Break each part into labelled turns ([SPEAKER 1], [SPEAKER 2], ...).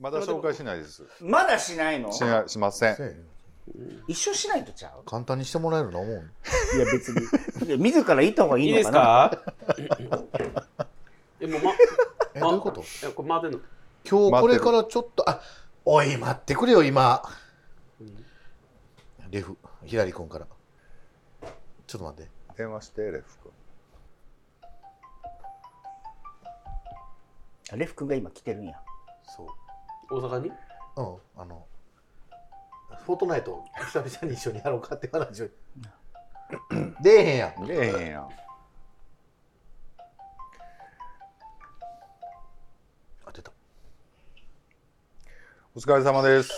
[SPEAKER 1] まだ紹介しないです。
[SPEAKER 2] まだしないの
[SPEAKER 1] しないしません。
[SPEAKER 3] せやね
[SPEAKER 2] 一緒しないとちゃう
[SPEAKER 3] 簡単にしてもらえるな思う
[SPEAKER 2] いや別 に。いや自ら行った方がい
[SPEAKER 4] い
[SPEAKER 2] い
[SPEAKER 4] い
[SPEAKER 2] の
[SPEAKER 4] で
[SPEAKER 2] か
[SPEAKER 4] す
[SPEAKER 2] な
[SPEAKER 4] かえ、もう、ま、
[SPEAKER 3] えどういうこと
[SPEAKER 4] えこれ回ってんの
[SPEAKER 3] 今
[SPEAKER 1] 待
[SPEAKER 3] 日
[SPEAKER 1] っ
[SPEAKER 3] こ
[SPEAKER 1] て
[SPEAKER 3] れ
[SPEAKER 1] る
[SPEAKER 3] からちょっとあおい待ってくれよ今
[SPEAKER 4] うん
[SPEAKER 3] レフひらり君からちょっと待って
[SPEAKER 1] 電話して、レフ君。
[SPEAKER 2] レフ君が今来てるんや。
[SPEAKER 3] そう
[SPEAKER 4] 大阪に
[SPEAKER 3] うんあのフォートナイト久々に一緒にやろうかって 話を出えへんやん
[SPEAKER 1] 出えへんやん。
[SPEAKER 3] あ出た
[SPEAKER 1] お疲れ様です。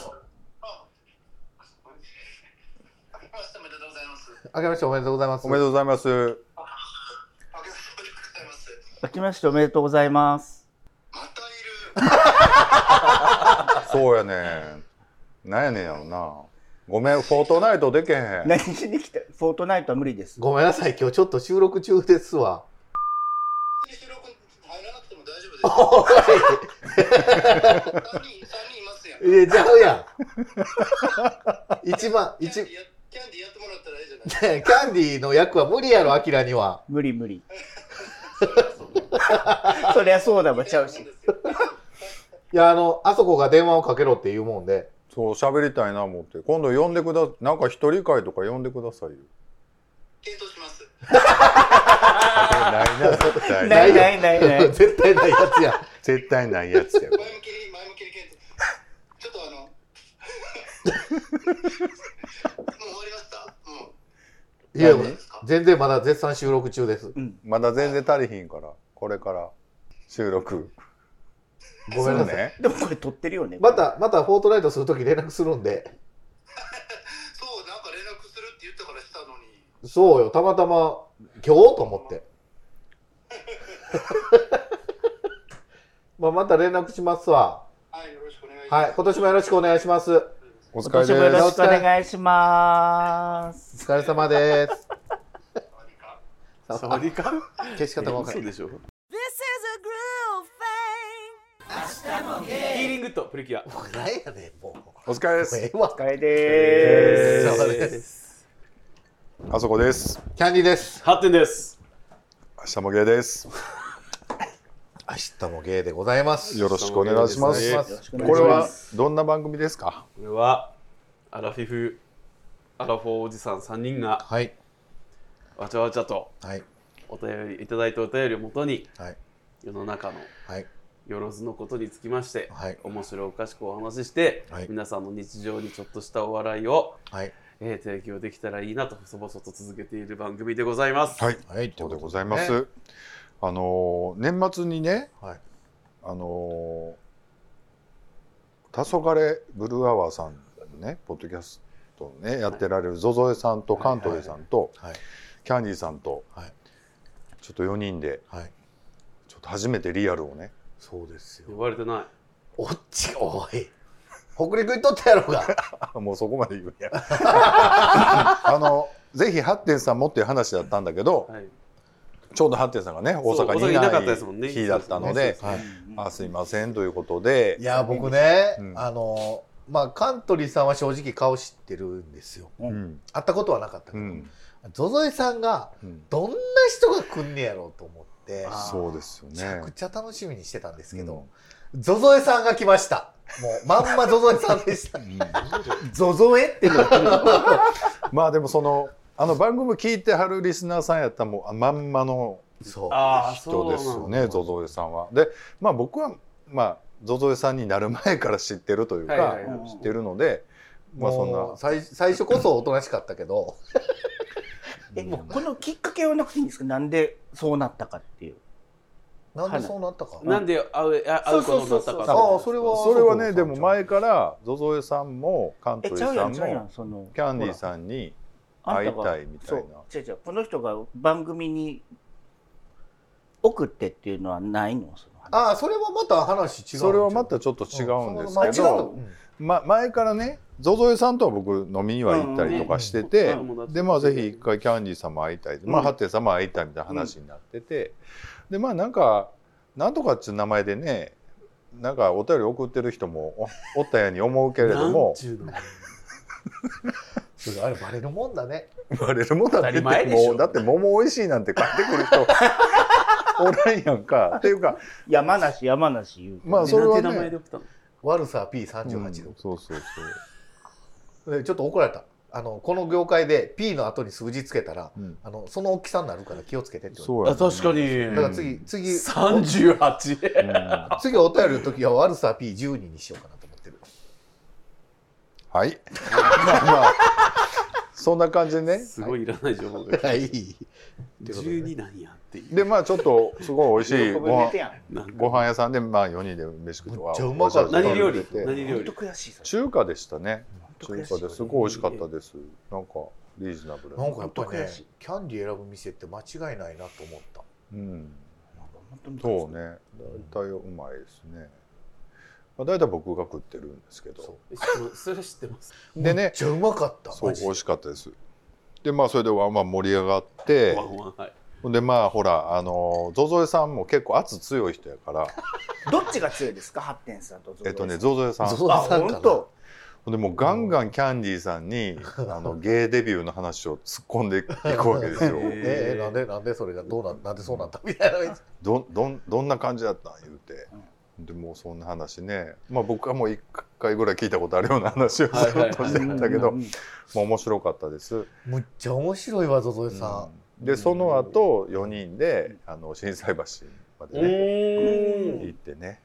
[SPEAKER 5] 明けましておめでとう
[SPEAKER 3] あけましておめでとうご
[SPEAKER 5] ございます。
[SPEAKER 3] ざいます
[SPEAKER 1] おめでとうございます。
[SPEAKER 5] 明けましておめでとうございます。
[SPEAKER 2] 明けましておめでとうございます。
[SPEAKER 5] またいる。
[SPEAKER 1] そうやねん。なんやねんやろな。ごめん、フォートナイトでけへん。
[SPEAKER 2] 何しに来たフォートナイトは無理です。
[SPEAKER 3] ごめんなさい今日ちょっと収録中で すわ
[SPEAKER 5] 別に収録に入らなくても大丈
[SPEAKER 3] おい
[SPEAKER 5] 夫です。三人、三人いますやん。キ
[SPEAKER 3] えちゃうや ん一番
[SPEAKER 5] ャン
[SPEAKER 3] 一
[SPEAKER 5] ディや、キャンディやってもらったらいいじゃな い。
[SPEAKER 3] キャンディーの役は無理やろアキラには
[SPEAKER 2] 無理無理。 そりゃそうだわ、ちゃうし。
[SPEAKER 3] いやあのあそこが電話をかけろって言うもんで
[SPEAKER 1] そう、喋りたいな思って。今度呼んでくだ、なんか一人会とか呼んでくださいよ。
[SPEAKER 5] 検討します。
[SPEAKER 1] ないな、絶対
[SPEAKER 2] な
[SPEAKER 1] な
[SPEAKER 2] い
[SPEAKER 1] い。
[SPEAKER 2] ないないない。
[SPEAKER 3] 絶対ないやつ やん
[SPEAKER 1] 絶対ないやつや。
[SPEAKER 5] 前向きに、前向きに検討。ちょっとあの。もう終わりました。もう。
[SPEAKER 3] いや
[SPEAKER 1] 何
[SPEAKER 3] 全然まだ絶賛収録中です
[SPEAKER 1] まだ全然足りひんから、これから収録。
[SPEAKER 3] ごめんなさい、
[SPEAKER 1] そうね。
[SPEAKER 2] でもこれ撮ってるよね。
[SPEAKER 3] またまたフォートナイトするとき連絡するんで
[SPEAKER 5] そう、なんか連絡するって言ったからしたのに。
[SPEAKER 3] そうよたまたま今日と思って まあまた連絡しますわ
[SPEAKER 5] はい、よろしくお願いします。
[SPEAKER 3] はい今年もよろしくお願いしますお
[SPEAKER 1] お疲
[SPEAKER 2] 今
[SPEAKER 1] れ
[SPEAKER 2] 年もよ
[SPEAKER 1] で
[SPEAKER 2] ろ
[SPEAKER 1] す。
[SPEAKER 2] しくお願いします。
[SPEAKER 3] 疲れ様 です
[SPEAKER 5] 何か
[SPEAKER 4] 触りか
[SPEAKER 3] 消し方が分か
[SPEAKER 4] 嘘
[SPEAKER 3] る
[SPEAKER 4] でしょヒーリングとプリキュア
[SPEAKER 3] 何やねんもうも
[SPEAKER 1] お疲れで
[SPEAKER 3] う
[SPEAKER 1] す。
[SPEAKER 3] ええわ
[SPEAKER 2] お疲れでー
[SPEAKER 3] お
[SPEAKER 2] す。
[SPEAKER 3] 疲れ様で
[SPEAKER 1] あそこです。
[SPEAKER 3] キャンディーです
[SPEAKER 4] 発展です
[SPEAKER 1] 明日もゲーです。
[SPEAKER 3] 明日もゲーでございます
[SPEAKER 1] よろしくお願いしま
[SPEAKER 4] お
[SPEAKER 1] す。
[SPEAKER 4] 願い
[SPEAKER 2] よろしくお
[SPEAKER 1] こ
[SPEAKER 2] 願いし
[SPEAKER 1] れ
[SPEAKER 2] ま
[SPEAKER 1] は
[SPEAKER 2] す。
[SPEAKER 1] どんな番組ですか
[SPEAKER 4] これはアラフィフアラフォーおじさん3人が
[SPEAKER 3] はい
[SPEAKER 4] わちゃわちゃと
[SPEAKER 3] はい
[SPEAKER 4] お便りいただいたお便りをもとに
[SPEAKER 3] はい
[SPEAKER 4] 世の中の
[SPEAKER 3] はい
[SPEAKER 4] よろずのことにつきまして、
[SPEAKER 3] はい
[SPEAKER 4] 面白おかしくお話しして、
[SPEAKER 3] はい
[SPEAKER 4] 皆さんの日常にちょっとしたお笑いを、
[SPEAKER 3] はい
[SPEAKER 4] えー提供できたらいいなと細々と続けている番組でございます。
[SPEAKER 1] はい。
[SPEAKER 3] はい
[SPEAKER 1] そうでございます。あのー年末にね、
[SPEAKER 3] はい
[SPEAKER 1] あのー、黄昏ブルーアワーさんね、ポッドキャストをね、やってられるゾゾエさんとカントレーさんと、
[SPEAKER 3] はい
[SPEAKER 1] キャンディーさんと、
[SPEAKER 3] はい
[SPEAKER 1] ちょっと4人で、
[SPEAKER 3] はい
[SPEAKER 1] ちょっと初めてリアルをね、
[SPEAKER 3] そうですよ
[SPEAKER 4] 呼ばれてない。
[SPEAKER 3] おっちおい北陸行っとった やろうが
[SPEAKER 1] あもうそこまで言うん や。あの、ぜひハッテンさんもっていう話だったんだけど、
[SPEAKER 4] はい。
[SPEAKER 1] ちょうどハッテンさんがね、大阪にい
[SPEAKER 4] 大阪にいな
[SPEAKER 1] な
[SPEAKER 4] かったですもんね
[SPEAKER 1] い日だったの
[SPEAKER 4] そうで、
[SPEAKER 1] です
[SPEAKER 3] はい
[SPEAKER 1] あすいませんということで
[SPEAKER 3] い、や僕ね、
[SPEAKER 1] うん
[SPEAKER 3] あのまあカントリーさんは正直顔知ってるんですよ
[SPEAKER 1] うん、
[SPEAKER 3] 会ったことはなかったけ
[SPEAKER 1] う
[SPEAKER 3] ど、
[SPEAKER 1] ん、
[SPEAKER 3] ゾゾエさんが
[SPEAKER 1] うん
[SPEAKER 3] どんな人が来んねやろうと思って
[SPEAKER 2] あー
[SPEAKER 1] そうですよ
[SPEAKER 3] めちゃ
[SPEAKER 1] ね
[SPEAKER 3] く。ちゃ楽しみにしてたんですけ
[SPEAKER 1] うん
[SPEAKER 3] ど、ゾゾエさんが来ましたもうまんまゾゾエさんでした
[SPEAKER 2] ゾゾエってのが来るの
[SPEAKER 1] まあでもそのあの番組聞いてはるリスナーさんやったらもうあまんまの
[SPEAKER 3] そう
[SPEAKER 4] ああ、そ
[SPEAKER 1] 人
[SPEAKER 4] う
[SPEAKER 1] ですよねゾゾエさんは。でまあ僕はまあゾゾエさんになる前から知ってるというか、
[SPEAKER 4] はいはいは
[SPEAKER 1] 知ってるのでまあそん
[SPEAKER 3] もう
[SPEAKER 1] な
[SPEAKER 3] 最最初こそおとなしかったけど
[SPEAKER 2] えもうこのきっかけはなくていいんですかなんでそうなったかっていう
[SPEAKER 3] なんでそうなったか
[SPEAKER 4] い。なんで会うあ会うことにな
[SPEAKER 2] そうそうそ
[SPEAKER 4] ったか
[SPEAKER 2] うそう
[SPEAKER 4] と
[SPEAKER 3] ああそれは
[SPEAKER 1] それはね
[SPEAKER 3] そうそうそう
[SPEAKER 1] でも前からゾゾエさんもカント
[SPEAKER 2] え
[SPEAKER 1] リ
[SPEAKER 2] ちゃ
[SPEAKER 1] ー
[SPEAKER 2] う
[SPEAKER 1] さ
[SPEAKER 2] や
[SPEAKER 1] ん
[SPEAKER 2] んちゃうやん
[SPEAKER 1] も
[SPEAKER 2] その
[SPEAKER 1] キャンディーさんに会いたいみたいな。
[SPEAKER 2] じゃじゃこの人が番組に送ってっていうのはないのその話
[SPEAKER 3] ああそれはまた話違うんちゃう
[SPEAKER 1] それはまたちょっと違うんです
[SPEAKER 2] あ
[SPEAKER 1] け
[SPEAKER 2] 違う
[SPEAKER 1] ど、
[SPEAKER 2] の
[SPEAKER 3] うん
[SPEAKER 1] ま、前からねゾゾエさんとは僕飲みには行ったりとかしてて、
[SPEAKER 4] うんうんうん
[SPEAKER 1] でまあぜひ一回キャンディーさんも会いたい、まあ
[SPEAKER 2] うん
[SPEAKER 1] ハッテンさんも会いたいみたいな話になってて、でまあなんかなんとかっていう名前でねなんかお便り送ってる人もおおったように思うけれど
[SPEAKER 4] な
[SPEAKER 1] も
[SPEAKER 3] ちゅうのそれあれバレるもんだね
[SPEAKER 1] バレるもんだって
[SPEAKER 4] 当たり前でしょ
[SPEAKER 1] もうだって桃美味しいなんて買ってく る人おらんやんかっていうか
[SPEAKER 2] 山梨山梨言うて
[SPEAKER 1] まあそれはね
[SPEAKER 4] なんて名前で送ったの
[SPEAKER 3] 悪さ
[SPEAKER 1] うん
[SPEAKER 3] P38
[SPEAKER 1] そう
[SPEAKER 3] 度、
[SPEAKER 1] そうそう
[SPEAKER 3] でちょっと怒られたあのこの業界で P の後に数字つけたら
[SPEAKER 1] うん
[SPEAKER 3] あのその大きさになるから気をつけてって言わ
[SPEAKER 1] そうや
[SPEAKER 4] あ
[SPEAKER 1] ね
[SPEAKER 4] 確か
[SPEAKER 3] れ
[SPEAKER 1] ん
[SPEAKER 3] ただ
[SPEAKER 1] う
[SPEAKER 3] か
[SPEAKER 4] に
[SPEAKER 3] ら次次
[SPEAKER 4] 38
[SPEAKER 1] うんは
[SPEAKER 3] 次お便りの時は悪さ P12 にしようかなと思ってる
[SPEAKER 1] いまあまあそんな感じでね
[SPEAKER 4] すごいいらない情報が来た
[SPEAKER 3] はい
[SPEAKER 4] 12なんやっていう
[SPEAKER 1] でまあちょっとすごい美味しい
[SPEAKER 2] 喜
[SPEAKER 1] ご
[SPEAKER 2] ぶね
[SPEAKER 1] 飯
[SPEAKER 2] てやん
[SPEAKER 4] なんか
[SPEAKER 1] ご飯屋さんでまあ4人で飯食って
[SPEAKER 3] めっちゃうまかった
[SPEAKER 4] 何料理
[SPEAKER 1] 食べて
[SPEAKER 4] 何料
[SPEAKER 2] 本当
[SPEAKER 4] 理
[SPEAKER 2] 悔しいそれ
[SPEAKER 1] 中華でしたね
[SPEAKER 2] 当
[SPEAKER 1] 中
[SPEAKER 2] 悔しい
[SPEAKER 1] 華ですごい美味しかったですなんかリーズナブル
[SPEAKER 3] なんかやっぱり
[SPEAKER 2] 本当
[SPEAKER 3] ね
[SPEAKER 2] 悔しい
[SPEAKER 3] キャンディー選ぶ店って間違いないなと思った
[SPEAKER 1] うん
[SPEAKER 2] なんか本当に
[SPEAKER 1] そうね大体うまいですねまあ大体僕が食ってるんですけど
[SPEAKER 4] えそれ知ってます
[SPEAKER 1] で
[SPEAKER 3] めっ
[SPEAKER 1] ね
[SPEAKER 3] ちゃうまかった
[SPEAKER 1] そう
[SPEAKER 3] マジで
[SPEAKER 1] 美味しかったですでまあそれでわまあ盛り上がって
[SPEAKER 4] ワンワンはい
[SPEAKER 1] ほんでまあほらあのゾゾエさんも結構圧強い人やから
[SPEAKER 2] どっちが強いですか発展さんとゾウ
[SPEAKER 1] えっとねゾゾエさん
[SPEAKER 3] ゾ
[SPEAKER 1] ほ
[SPEAKER 3] ゾ
[SPEAKER 2] あ
[SPEAKER 3] さんか
[SPEAKER 2] 本
[SPEAKER 3] な
[SPEAKER 2] 当
[SPEAKER 1] んでもうガンガンキャンディーさんにあのゲイデビューの話を突っ込んでいくわけですよ
[SPEAKER 4] へー
[SPEAKER 3] えーなんでなんでそれがどうなんなんでそうなんだみたいな
[SPEAKER 1] どんどんどんな感じだったん言うて、でもうそんな話ね、まあ、僕はもう1回ぐらい聞いたことあるような話をず
[SPEAKER 4] はいは
[SPEAKER 1] っ
[SPEAKER 4] いは
[SPEAKER 1] と
[SPEAKER 4] い
[SPEAKER 1] してるんだけど、
[SPEAKER 2] うん
[SPEAKER 1] もう面白かったです。
[SPEAKER 3] むっちゃ面白いわぞぞえさ
[SPEAKER 1] うんでその後4人であの心斎橋までね
[SPEAKER 4] う
[SPEAKER 1] 行ってね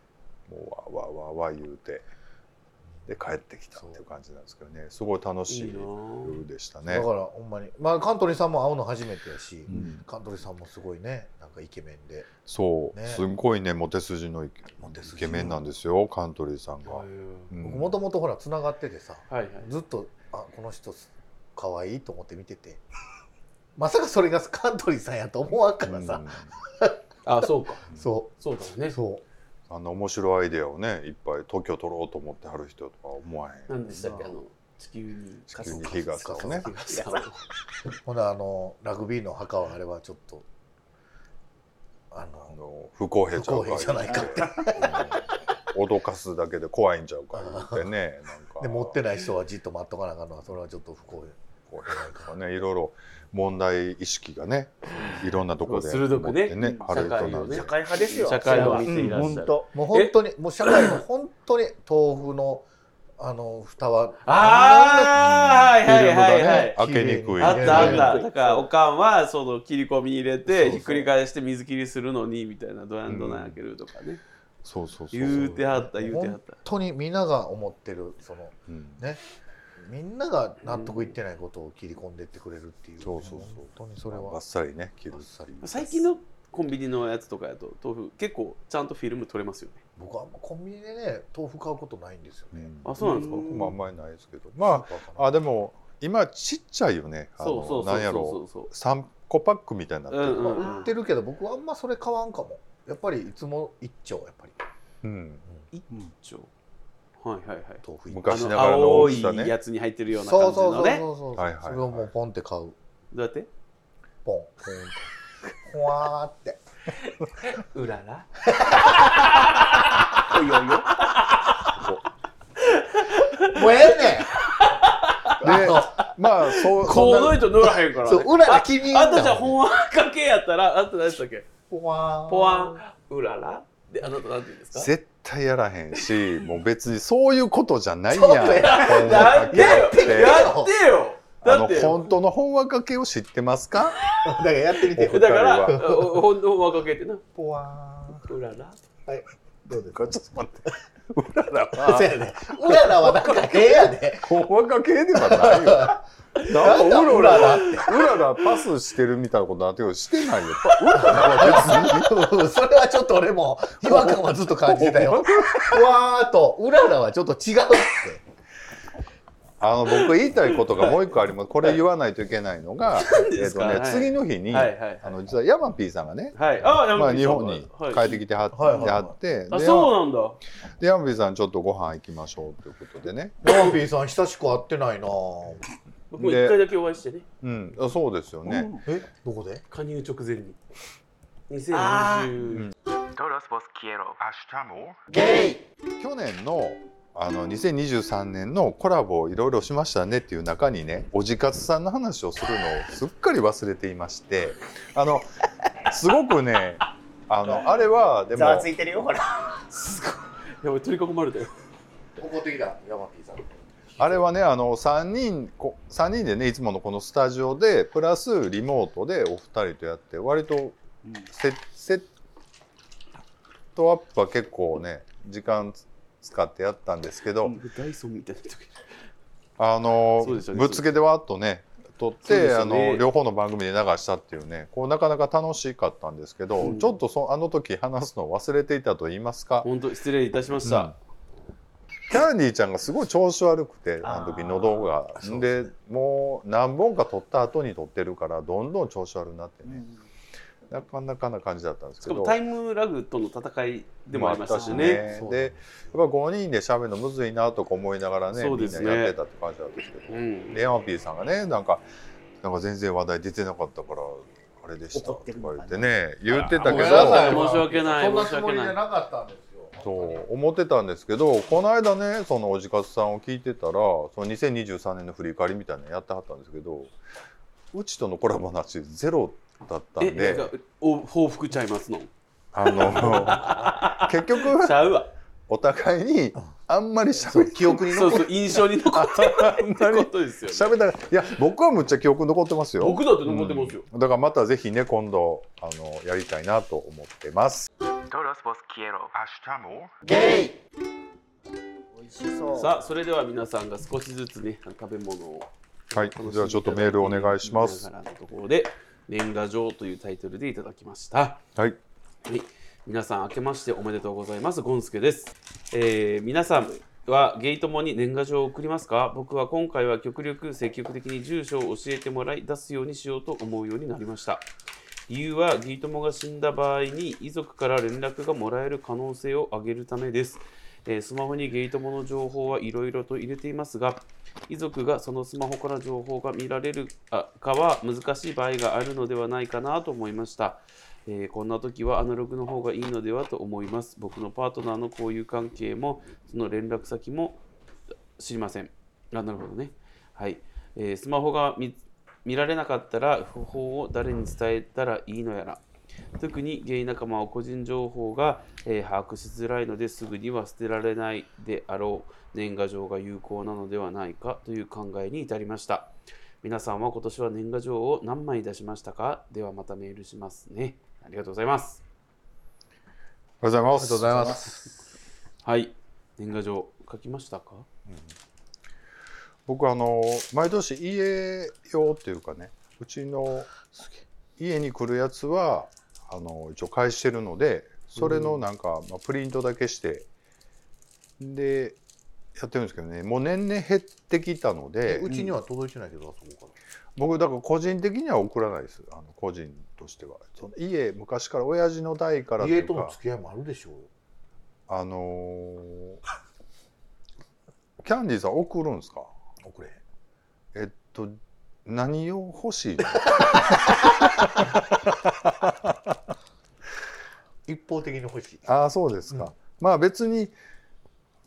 [SPEAKER 1] もうわわわわ言うてで帰ってきたっていう感じなんですけどねすごい楽し
[SPEAKER 4] いい
[SPEAKER 1] い
[SPEAKER 4] な
[SPEAKER 1] 夜
[SPEAKER 4] ぁ
[SPEAKER 1] でした
[SPEAKER 3] ん、
[SPEAKER 1] ね
[SPEAKER 3] だ。からほんまにまあカントリーさんも会うの初めてやし、
[SPEAKER 1] うん
[SPEAKER 3] カントリーさんもすごいねなんかイケメンで
[SPEAKER 1] そう、
[SPEAKER 3] ね
[SPEAKER 1] すんごいねモテ筋のイケ
[SPEAKER 3] モテ筋の
[SPEAKER 1] イケメンなんですよカントリーさんが。
[SPEAKER 4] は
[SPEAKER 1] うん
[SPEAKER 3] 僕もともとほらつながっててさ
[SPEAKER 4] いはい
[SPEAKER 3] ずっとあこの人可愛いと思って見ててまさかそれがカントリーさんやと思わんからさ、
[SPEAKER 1] うん
[SPEAKER 4] あそうか
[SPEAKER 3] そ
[SPEAKER 4] そうだ
[SPEAKER 3] う
[SPEAKER 4] ね
[SPEAKER 3] そ
[SPEAKER 1] あの面白いアイデアをねいっぱい特許取ろうと思ってはる人とか思わへん
[SPEAKER 4] 何でしたっけあの地球に
[SPEAKER 1] 地球に火がつくね
[SPEAKER 4] 火がつく
[SPEAKER 3] うほなあのラグビーの墓はあれはちょっとあ
[SPEAKER 1] あ
[SPEAKER 3] の
[SPEAKER 1] の不公平
[SPEAKER 3] 不
[SPEAKER 1] ちゃう
[SPEAKER 3] 公
[SPEAKER 1] か
[SPEAKER 3] 平じゃないかって
[SPEAKER 1] うん脅かすだけで怖いんちゃうか言ってねなんか
[SPEAKER 3] で持ってない人はじっと待っとかなあかんのはそれはちょっと不公
[SPEAKER 1] 不公平とかねいろいろ問題意識がねいろんなとこで
[SPEAKER 4] 鋭くね
[SPEAKER 1] 持ってねある人なんで
[SPEAKER 2] 社会派ですよ
[SPEAKER 4] 社会を見
[SPEAKER 2] そ
[SPEAKER 4] て
[SPEAKER 2] れ
[SPEAKER 4] い
[SPEAKER 2] は
[SPEAKER 4] ら
[SPEAKER 2] う
[SPEAKER 4] っ
[SPEAKER 2] ん
[SPEAKER 4] しゃ
[SPEAKER 2] 本当
[SPEAKER 3] 平
[SPEAKER 4] る
[SPEAKER 3] もう本当にもう社会の本当に豆腐のあの蓋は
[SPEAKER 4] ああーはいはいはいはい
[SPEAKER 1] フィルムがね開けにくい
[SPEAKER 4] あったあっ
[SPEAKER 3] そ
[SPEAKER 4] た
[SPEAKER 3] う
[SPEAKER 4] だからおかんはその切り込み入れ
[SPEAKER 3] そうそ
[SPEAKER 4] て
[SPEAKER 3] う
[SPEAKER 4] ひっくり返して水切りするのにみたいなドヤンドナン開けるとかね
[SPEAKER 1] そうそうそう
[SPEAKER 4] 言うてはった言うてはっ
[SPEAKER 3] 本当にみんなが思ってるその
[SPEAKER 1] うん
[SPEAKER 3] ねみんなが納得いってないことを切り込んでってくれるっていう、
[SPEAKER 1] そうそうそう
[SPEAKER 3] 本当にそれ
[SPEAKER 1] バ
[SPEAKER 3] は
[SPEAKER 1] ッサリね切る
[SPEAKER 3] バッサリ
[SPEAKER 4] た最近のコンビニのやつとかやと豆腐結構ちゃんとフィルム取れますよね
[SPEAKER 3] 僕はあんまコンビニでね豆腐買うことないんですよね、
[SPEAKER 4] あそうなんですか
[SPEAKER 1] 僕もあんまりないですけど
[SPEAKER 3] ス
[SPEAKER 1] ま
[SPEAKER 3] ーパーか
[SPEAKER 1] あ
[SPEAKER 3] な
[SPEAKER 1] あでも今ちっちゃいよねあの
[SPEAKER 4] そうそうそう
[SPEAKER 1] なんや
[SPEAKER 4] そ
[SPEAKER 1] ろ
[SPEAKER 4] うそう
[SPEAKER 1] 3個パックみたいになってる
[SPEAKER 4] うんうん
[SPEAKER 3] まあ売ってるけど僕はあんまそれ買わんかもやっぱりいつも一丁やっぱり
[SPEAKER 1] うん
[SPEAKER 2] うん
[SPEAKER 4] 一応はいはいはい
[SPEAKER 3] 豆腐一丁
[SPEAKER 1] 昔
[SPEAKER 4] あ
[SPEAKER 1] な
[SPEAKER 4] の
[SPEAKER 1] がらの
[SPEAKER 4] 青
[SPEAKER 1] 大
[SPEAKER 4] い
[SPEAKER 1] きさね
[SPEAKER 4] やつに入ってるような
[SPEAKER 3] そ
[SPEAKER 4] 感
[SPEAKER 3] う
[SPEAKER 4] じ
[SPEAKER 3] そうそ
[SPEAKER 4] の
[SPEAKER 3] うそう
[SPEAKER 4] ね
[SPEAKER 3] そう、
[SPEAKER 1] はいはいはい
[SPEAKER 3] それをもうポンって買う
[SPEAKER 4] どうやって
[SPEAKER 3] ポンほわーって
[SPEAKER 4] うらら
[SPEAKER 2] いよいよ
[SPEAKER 3] もうええねん
[SPEAKER 1] で
[SPEAKER 3] あ
[SPEAKER 1] まあそう
[SPEAKER 4] こ
[SPEAKER 1] そんな
[SPEAKER 4] の人乗らへんから
[SPEAKER 3] の
[SPEAKER 4] ね
[SPEAKER 3] そううらら気に入ん
[SPEAKER 4] あ
[SPEAKER 3] だもん
[SPEAKER 4] とじゃあ本話かけやったらあと何でしたっけ
[SPEAKER 3] ポワーン
[SPEAKER 4] ポワンうららであなた何て言うんですか
[SPEAKER 1] 絶対やらへんしもう別にそういうことじゃないやん
[SPEAKER 3] そうや
[SPEAKER 1] 本
[SPEAKER 4] なん
[SPEAKER 1] 話
[SPEAKER 4] でよ
[SPEAKER 1] かけ
[SPEAKER 3] て
[SPEAKER 1] って
[SPEAKER 4] やってよ
[SPEAKER 1] あ
[SPEAKER 4] だ
[SPEAKER 1] の
[SPEAKER 4] って
[SPEAKER 1] 本当の本話かけを知ってますか
[SPEAKER 3] だからやってみて
[SPEAKER 1] お
[SPEAKER 3] よ
[SPEAKER 1] 二人
[SPEAKER 4] だから
[SPEAKER 1] は
[SPEAKER 4] おお本話かけてな
[SPEAKER 3] ポワーン
[SPEAKER 4] うらら
[SPEAKER 3] どうで
[SPEAKER 1] ち
[SPEAKER 3] す
[SPEAKER 1] ょ
[SPEAKER 3] か
[SPEAKER 1] っと待ってうらら
[SPEAKER 3] そう
[SPEAKER 1] は
[SPEAKER 3] やね。うららはなんかええやで。
[SPEAKER 1] 本話かけではないよ なんかうらうららうららパスしてるみたいなことなんていうしてないよう ららは別に
[SPEAKER 3] それはちょっと俺も違和感はずっと感じてたよ。うわーと、うららはちょっと違うって。
[SPEAKER 1] あの僕言いたいことがもう一個ありますこれ言わないといけないのが
[SPEAKER 4] 何
[SPEAKER 1] え
[SPEAKER 4] で
[SPEAKER 1] っ
[SPEAKER 4] す
[SPEAKER 1] と
[SPEAKER 4] か
[SPEAKER 1] ね
[SPEAKER 4] はい
[SPEAKER 1] 次の日に
[SPEAKER 4] はいはいはい
[SPEAKER 1] あの実はヤマピーさんがね
[SPEAKER 4] はいあ
[SPEAKER 1] まあ、
[SPEAKER 4] 山口
[SPEAKER 1] 日
[SPEAKER 4] さん
[SPEAKER 1] 本に
[SPEAKER 4] は
[SPEAKER 1] 帰
[SPEAKER 4] い
[SPEAKER 1] ってきてはって,、
[SPEAKER 3] はいはいはい
[SPEAKER 1] って
[SPEAKER 4] あ
[SPEAKER 1] で
[SPEAKER 4] そうなんだ
[SPEAKER 1] で山口さんちょっとご飯行きましょうということでね、
[SPEAKER 3] ランビーさん久しく会ってないなぁ
[SPEAKER 4] 僕も
[SPEAKER 1] で
[SPEAKER 4] 一回だけお会いしてね
[SPEAKER 1] うん、あそうですよね、
[SPEAKER 3] え、どこで
[SPEAKER 4] 加入直前に
[SPEAKER 2] あー
[SPEAKER 4] 2020
[SPEAKER 6] Todos vos quiero.
[SPEAKER 3] ゲイ
[SPEAKER 1] 去年のあの2023年のコラボをいろいろしましたねっていう中にねおじかつさんの話をするのをすっかり忘れていましてあのすごくねあのあれはで
[SPEAKER 2] ざわ
[SPEAKER 1] も
[SPEAKER 2] ついてるよ、ほら。
[SPEAKER 4] やばい取り囲まれたよ
[SPEAKER 3] 怒ってきたヤマピーさん
[SPEAKER 1] あれはねあの3人こ三人でねいつものこのスタジオでプラスリモートでお二人とやって割と
[SPEAKER 2] うん
[SPEAKER 1] セセットアップは結構ね時間使ってやったんですけど、
[SPEAKER 4] ダイソンみたいな時
[SPEAKER 1] あの
[SPEAKER 4] そうですよね
[SPEAKER 1] ぶっつけでわーっとね撮っ
[SPEAKER 4] そう
[SPEAKER 1] て、
[SPEAKER 4] です
[SPEAKER 1] あ
[SPEAKER 4] よね
[SPEAKER 1] の両方の番組で流したっていうねこうなかなか楽しかったんですけど、
[SPEAKER 4] うん
[SPEAKER 1] ちょっとそあの時話すのを忘れていたと言いますか、
[SPEAKER 4] 本当失礼いたしまし
[SPEAKER 1] う
[SPEAKER 4] た
[SPEAKER 1] ん、キャンディーちゃんがすごい調子悪くてあの時
[SPEAKER 3] あー
[SPEAKER 1] 喉が
[SPEAKER 3] そう
[SPEAKER 1] で
[SPEAKER 3] です
[SPEAKER 1] もう何本か撮った後に撮ってるからどんどん調子悪くなってね、なかなかな感じだったんです
[SPEAKER 4] し
[SPEAKER 1] け
[SPEAKER 4] かも
[SPEAKER 1] ど。
[SPEAKER 4] タイムラグとの戦いでもありましたしね
[SPEAKER 1] あったし
[SPEAKER 3] そう
[SPEAKER 1] でやっぱ5人で喋るのむずいなとか思いながらね
[SPEAKER 4] そう
[SPEAKER 1] み
[SPEAKER 4] で
[SPEAKER 1] んな
[SPEAKER 4] すね
[SPEAKER 1] やってたって感じなんですけど。
[SPEAKER 4] うん
[SPEAKER 1] レアンピーさんがねなんかなんか全然話題出てなかったからあれでしたと
[SPEAKER 2] 怒っ
[SPEAKER 1] か
[SPEAKER 2] てるの
[SPEAKER 1] 言
[SPEAKER 2] かな
[SPEAKER 1] ってね言ってたけ
[SPEAKER 4] だ
[SPEAKER 3] ごめんなさ
[SPEAKER 1] ど
[SPEAKER 3] い
[SPEAKER 4] 申し訳ない
[SPEAKER 3] そんなつもり
[SPEAKER 4] 申し訳ない
[SPEAKER 3] じゃなかったんですよ
[SPEAKER 1] そう思ってたんですけどこの間ねそのおじかつさんを聞いてたらその2023年の振り返りみたいなのやってはったんですけどうちとのコラボ話ゼロだったん
[SPEAKER 4] え
[SPEAKER 1] で
[SPEAKER 4] なんかお報復ちゃいますのち
[SPEAKER 1] あの 結局
[SPEAKER 4] ゃうわ
[SPEAKER 1] お互いにあんまりしゃべ
[SPEAKER 3] 記憶に
[SPEAKER 4] そ
[SPEAKER 3] 残
[SPEAKER 4] う
[SPEAKER 3] って
[SPEAKER 4] そう印象に残ったってことです よ、
[SPEAKER 1] 喋
[SPEAKER 4] ね、
[SPEAKER 1] ったらいや僕はむっちゃ記憶残ってますよ
[SPEAKER 4] 僕だって残ってますよ、
[SPEAKER 1] うんだからまたぜひね今度あのやりたいなと思ってます
[SPEAKER 6] Todos vos quiero.
[SPEAKER 2] 美味しそう。
[SPEAKER 4] さあそれでは皆さんが少しずつね食べ物を
[SPEAKER 1] はい、じゃあちょっとメールお願いします。
[SPEAKER 4] ところで年賀状というタイトルでいただきました。
[SPEAKER 1] はい、
[SPEAKER 4] はい、皆さん明けましておめでとうございます。ゴンスケです。えー皆さんはゲイともに年賀状を送りますか僕は今回は極力積極的に住所を教えてもらい出すようにしようと思うようになりました。理由はゲイ友が死んだ場合に遺族から連絡がもらえる可能性を上げるためです。えースマホにゲイ友の情報はいろいろと入れていますが、遺族がそのスマホから情報が見られるあかは難しい場合があるのではないかなと思いました。えーこんな時はアナログの方がいいのではと思います。僕のパートナーの交友関係も、その連絡先も知りません。あなるほどね。はい。えースマホが見見られなかったら、不法を誰に伝えたらいいのやら。特にゲイ仲間は個人情報が、えー把握しづらいのですぐには捨てられないであろう年賀状が有効なのではないかという考えに至りました。皆さんは今年は年賀状を何枚出しましたかではまたメールしますね。ありがとうございます。
[SPEAKER 1] おはようございます。
[SPEAKER 3] ありがとうございます
[SPEAKER 4] はい。年賀状書きましたか
[SPEAKER 1] 僕あの毎年家用っていうかね、うちの家に来るやつはあの一応返してるので、それのなんか、まあ、プリントだけしてでやってるんですけどね、もう年々減ってきたので、
[SPEAKER 3] うちには届いてないけどあそこか
[SPEAKER 1] 僕だから個人的には送らないです。あの個人としては、その家昔から親父の代から
[SPEAKER 3] ら
[SPEAKER 1] ってい
[SPEAKER 3] 家
[SPEAKER 1] うか
[SPEAKER 3] との付き合いもあるでしょうよ
[SPEAKER 1] あのーキャンディーさん送るんですか
[SPEAKER 3] 送れへん
[SPEAKER 1] えっと何を欲しいの
[SPEAKER 3] 一方的に欲しい
[SPEAKER 1] ああそうですか、
[SPEAKER 3] うん
[SPEAKER 1] まあ別に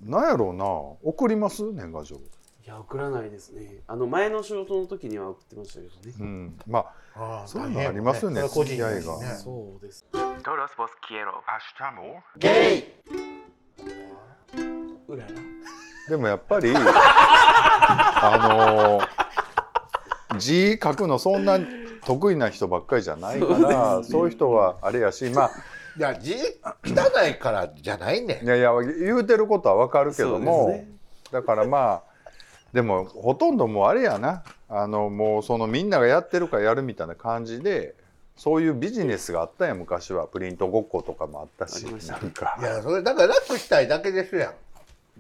[SPEAKER 1] なんやろうな送ります年賀状、
[SPEAKER 4] いや、送らないですね。あの、前の仕事の時には送ってましたけどね。
[SPEAKER 1] うん、まあ
[SPEAKER 3] ああ
[SPEAKER 1] そういうのありますよね
[SPEAKER 3] 大変それは個人
[SPEAKER 1] 付き合いが
[SPEAKER 3] が
[SPEAKER 4] そうです。
[SPEAKER 6] Todos vos quiero.
[SPEAKER 3] ゲイ
[SPEAKER 4] うらら。
[SPEAKER 1] でもやっぱ りあのー字書くのそんな得意な人ばっかりじゃないからそう,、いう人はあれやしまあ
[SPEAKER 3] いや字汚いからじゃないね
[SPEAKER 1] いやいや言うてることはわかるけども、
[SPEAKER 4] そうですね
[SPEAKER 1] だからまあでもほとんどもうあれやなあのもうそのみんながやってるからやるみたいな感じでそういうビジネスがあったんや昔はプリントごっことかもあったし
[SPEAKER 4] ありました
[SPEAKER 1] なんか
[SPEAKER 3] いやそれだから楽したいだけですやん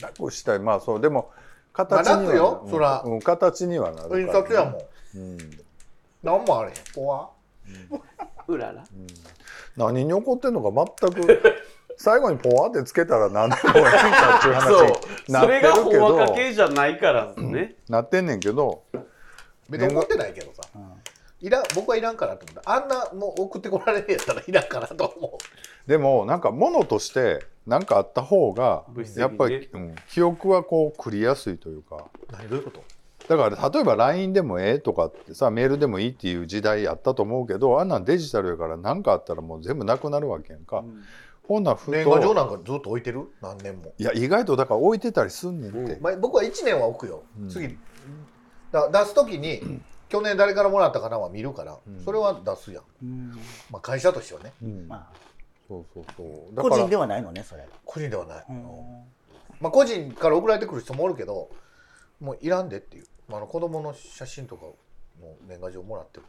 [SPEAKER 1] 楽したいまあそうでも形に
[SPEAKER 3] まあ
[SPEAKER 1] は、
[SPEAKER 3] 楽よ
[SPEAKER 1] うん
[SPEAKER 3] そら
[SPEAKER 1] うん形にはなるからね
[SPEAKER 3] 印刷やもん
[SPEAKER 1] うん
[SPEAKER 3] 何もあれへん怖
[SPEAKER 4] うらら。
[SPEAKER 1] 何に怒ってんのか全く最後にポワってつけたら何でもいいかっていう話
[SPEAKER 4] そう。
[SPEAKER 1] になって
[SPEAKER 4] そ
[SPEAKER 1] る
[SPEAKER 4] れ
[SPEAKER 1] け
[SPEAKER 4] が
[SPEAKER 1] ど
[SPEAKER 4] ほんわか系じゃないからね。
[SPEAKER 1] なってんねんけど
[SPEAKER 3] 別に怒ってないけどさいらん僕はいらんかなと思ったあんなもう送ってこられるんやったらいらんかなと思う
[SPEAKER 1] でもなんか物として何かあった方が
[SPEAKER 4] 物質的
[SPEAKER 1] や
[SPEAKER 4] にね
[SPEAKER 1] っぱり、うん記憶はこう繰りやすいというか
[SPEAKER 3] 何どういうこと
[SPEAKER 1] だから例えば LINE でもええとかってさメールでもいいっていう時代あったと思うけどあんなんデジタルやから何かあったらもう全部なくなるわけやんか、ほんならふ
[SPEAKER 3] 年賀状
[SPEAKER 1] と
[SPEAKER 3] なんかずっと置いてる何年も、
[SPEAKER 1] いや意外とだから置いてたりすんねんって、
[SPEAKER 3] まあ、僕は1年は置くよ、
[SPEAKER 1] うん
[SPEAKER 3] 次だ出す時に、去年誰からもらったかなは見るから、
[SPEAKER 1] うん
[SPEAKER 3] それは出すやん、
[SPEAKER 2] うん
[SPEAKER 3] まあ、会社としてはね
[SPEAKER 1] うん
[SPEAKER 2] ま
[SPEAKER 1] そうそうそう
[SPEAKER 2] あ、
[SPEAKER 1] だ
[SPEAKER 2] 個
[SPEAKER 1] から
[SPEAKER 2] 人ではないのね、それ。
[SPEAKER 3] 個人ではない、
[SPEAKER 2] うん
[SPEAKER 3] まあ、個人から送られてくる人もおるけどもういらんでっていう、まあ、あの子供の写真とかの年賀状もらっても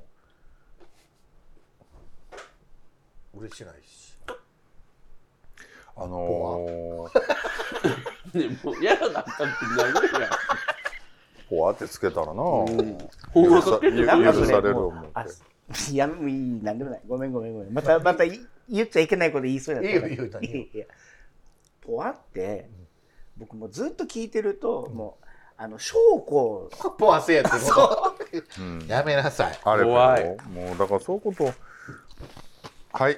[SPEAKER 3] 嬉しないし
[SPEAKER 1] あのー、
[SPEAKER 4] ね、もうやらなあかんってなるやん。
[SPEAKER 1] ポワってつけたらな、
[SPEAKER 4] ほん
[SPEAKER 1] 許
[SPEAKER 4] ま
[SPEAKER 1] さ
[SPEAKER 4] か
[SPEAKER 1] 許
[SPEAKER 2] なんかそ
[SPEAKER 1] される
[SPEAKER 2] も
[SPEAKER 1] 思っ
[SPEAKER 2] う
[SPEAKER 1] て
[SPEAKER 2] あいや、もういい、なんでもない。ごめん、ごめん、ごめん。また、またい言っちゃいけないこと言いそうやったから。
[SPEAKER 3] いいよいいよ何よ
[SPEAKER 2] いやいや。ポワって、僕もずっと聞いてると、もう、あの、将校、
[SPEAKER 3] ポワせやってこ
[SPEAKER 1] うん
[SPEAKER 3] とやめなさい
[SPEAKER 1] あれ
[SPEAKER 4] 怖い
[SPEAKER 1] もうもうだからそういうことはい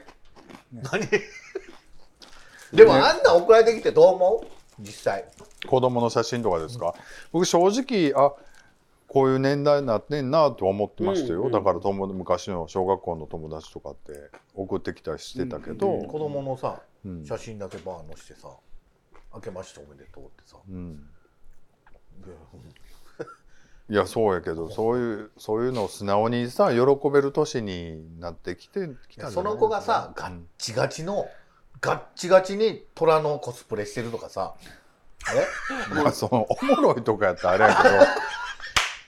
[SPEAKER 3] 何 でもあんな送られてきてどう思う実際
[SPEAKER 1] 子供の写真とかですか、僕正直あこういう年代になってんなとは思ってましたよ、
[SPEAKER 4] うんうん
[SPEAKER 1] だから友昔の小学校の友達とかって送ってきたりしてたけど、
[SPEAKER 3] 子供のさ
[SPEAKER 1] うん
[SPEAKER 3] 写真だけバーン載してさ「明けましておめでとう」ってさ
[SPEAKER 1] うん
[SPEAKER 3] で
[SPEAKER 1] いやそうやけどそういうそういうのを素直にさ喜べる年になってきてき
[SPEAKER 3] い
[SPEAKER 1] た
[SPEAKER 3] や
[SPEAKER 1] んじ
[SPEAKER 3] そ
[SPEAKER 1] ゃない
[SPEAKER 3] の子がさガッチガチのガッチガチに虎のコスプレしてるとかさえ
[SPEAKER 1] まあそのおもろいとかやったらあ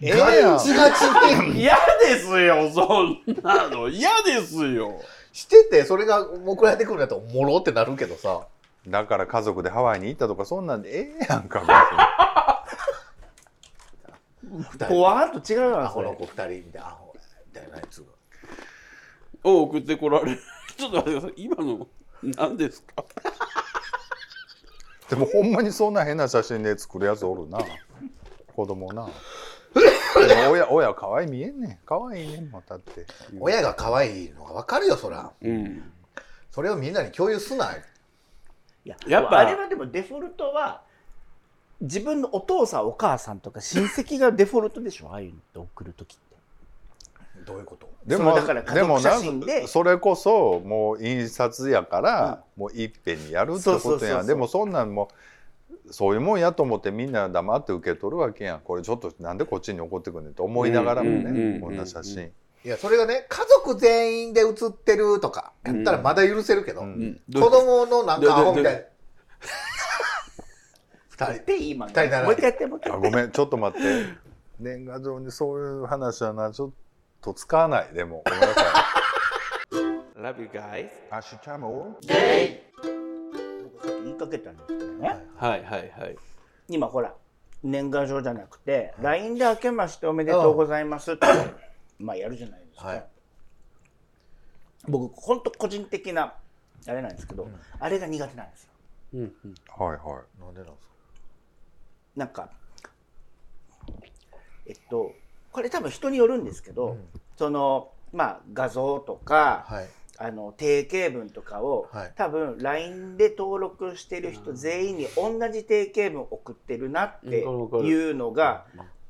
[SPEAKER 1] れやけどえ
[SPEAKER 3] ガ
[SPEAKER 1] えやん
[SPEAKER 3] ッチガチに
[SPEAKER 4] 嫌ですよ、そんなの。嫌ですよ。
[SPEAKER 3] しててそれが送られてくるんだったらおもろってなるけどさ
[SPEAKER 1] だから家族でハワイに行ったとかそんなんでええやんか別
[SPEAKER 2] ポ
[SPEAKER 3] 二人
[SPEAKER 2] ワーっと違う
[SPEAKER 3] ア
[SPEAKER 2] わ、そ
[SPEAKER 3] ホの
[SPEAKER 2] れ。
[SPEAKER 3] 子二人みたいなアホみたいなやつが
[SPEAKER 4] を送ってこられる。 ちょっと待ってください。今の、何ですか
[SPEAKER 1] にでもほんまにそんな変な写真で作るやつおるな子供なでも親親可愛い見えんねん可愛いねんまたって
[SPEAKER 3] 親が可愛いのが分かるよそら
[SPEAKER 4] うん。
[SPEAKER 3] それをみんなに共有すない
[SPEAKER 2] いや
[SPEAKER 4] やっぱ
[SPEAKER 2] あれはでもデフォルトは、自分のお父さん、お母さんとか親戚がデフォルトでしょ、ああいうのって送るときって。
[SPEAKER 3] どういうこと
[SPEAKER 1] で
[SPEAKER 2] そ
[SPEAKER 1] も
[SPEAKER 2] のだから家
[SPEAKER 1] でも
[SPEAKER 2] 族写
[SPEAKER 1] な
[SPEAKER 2] 真で
[SPEAKER 1] それこそもう印刷やから、もういっぺんにやるって
[SPEAKER 2] そう
[SPEAKER 1] こ
[SPEAKER 2] そ
[SPEAKER 1] と
[SPEAKER 2] うそう
[SPEAKER 1] や
[SPEAKER 2] そうん
[SPEAKER 1] でもそんなんもうそういうもんやと思ってみんな黙って受け取るわけやんこれちょっとなんでこっちに怒ってくんねんと思いながらも
[SPEAKER 4] うんうんうんう
[SPEAKER 1] ね
[SPEAKER 4] ん
[SPEAKER 1] こんな写真
[SPEAKER 3] いやそれがね家族全員で写ってるとかやったらまだ許せるけど、
[SPEAKER 1] うん
[SPEAKER 4] うん
[SPEAKER 3] 子供のなんかアホみたいな 二人
[SPEAKER 2] で、今の、
[SPEAKER 3] 二人なら
[SPEAKER 2] もう一回やって、もう一回
[SPEAKER 1] あ
[SPEAKER 2] やっ
[SPEAKER 1] ご
[SPEAKER 2] て。
[SPEAKER 1] めんちょっと待って年賀状にそういう話はなちょっと使わないでもごめんな さい
[SPEAKER 4] Love you guys.
[SPEAKER 1] アッシュチャム
[SPEAKER 2] 僕さっき言いかけたんですけどね。
[SPEAKER 4] はいはいはい。
[SPEAKER 2] 今ほら年賀状じゃなくて LINE で「明けましておめでとうございます」って まあやるじゃないですか、
[SPEAKER 3] はい
[SPEAKER 2] 僕ほんと個人的なあれなんですけど、あれが苦手なんですよ
[SPEAKER 4] うん
[SPEAKER 1] はいは
[SPEAKER 3] なんでなんですか
[SPEAKER 2] なんかえっとこれ多分人によるんですけど、そのまあ画像とか、
[SPEAKER 3] はい
[SPEAKER 2] あの定型文とかを、
[SPEAKER 3] はい
[SPEAKER 2] 多分 LINE で登録してる人全員に同じ定型文送ってるなって
[SPEAKER 4] うんわかるわかる
[SPEAKER 2] いうのが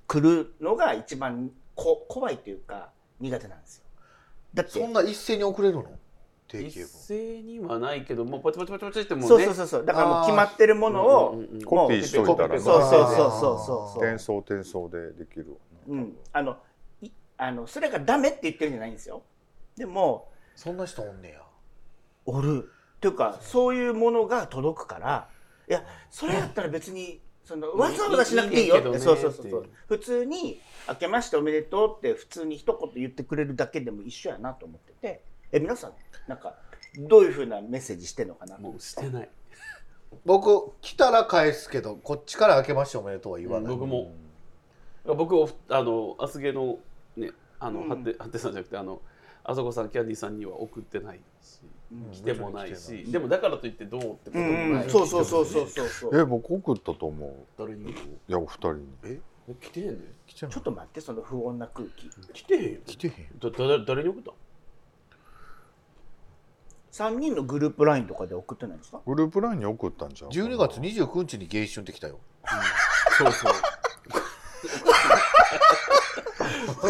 [SPEAKER 2] 来るのが一番こ怖いというか苦手なんですよ。だって
[SPEAKER 3] そんな一斉に送れるの定
[SPEAKER 4] 一
[SPEAKER 3] 型文
[SPEAKER 4] 斉にはないけど、もうパチパチパチパチってもうね。
[SPEAKER 2] そうそうそうそうだからもう決まってるものを
[SPEAKER 4] うんうんうんうん
[SPEAKER 1] いコピーしといた
[SPEAKER 4] コピ
[SPEAKER 1] ら
[SPEAKER 4] ー
[SPEAKER 1] な
[SPEAKER 2] そうそうそうそうそう
[SPEAKER 1] 転送転送でできるわ
[SPEAKER 2] う、
[SPEAKER 1] なん
[SPEAKER 2] あのいあのそれがダメって言ってるんじゃないんですよ。でも
[SPEAKER 3] そんな人おんねや
[SPEAKER 2] おるというかそういうものが届くからいやそれやったら別にそのわざわざしなくていいよって
[SPEAKER 4] いいねんけ
[SPEAKER 2] そう
[SPEAKER 4] どね
[SPEAKER 2] そうそうそう普通に「明けましておめでとう」って普通に一言言ってくれるだけでも一緒やなと思っててえ皆さんなんかどういうふうなメッセージしてんのかな
[SPEAKER 4] もうしてない。
[SPEAKER 3] 僕来たら返すけどこっちから明けましておめでとうは言わない、
[SPEAKER 4] 僕も、僕おあのアスゲのねあの、ハッテハッテさんじゃなくてあのあそこさんキャンディさんには送ってないし、来てもないし、でもだからといってどうってこと
[SPEAKER 2] う
[SPEAKER 4] も
[SPEAKER 2] ん
[SPEAKER 4] な
[SPEAKER 2] う
[SPEAKER 4] い、
[SPEAKER 2] んそうそうそうそうそうそう
[SPEAKER 1] え僕送ったと思う
[SPEAKER 4] 誰にも
[SPEAKER 1] いやお二人に
[SPEAKER 3] え
[SPEAKER 4] え来てへんね
[SPEAKER 3] 来ちゃう
[SPEAKER 2] ちょっと待ってその不穏な空気
[SPEAKER 4] 来てへんよ
[SPEAKER 3] 来てへん
[SPEAKER 4] だだ誰に送ったん
[SPEAKER 2] 3人のグループラインとかで送ってないんですか
[SPEAKER 1] グループラインに送ったんじゃん
[SPEAKER 3] 12月29日に芸春ってきたよ
[SPEAKER 4] そうそう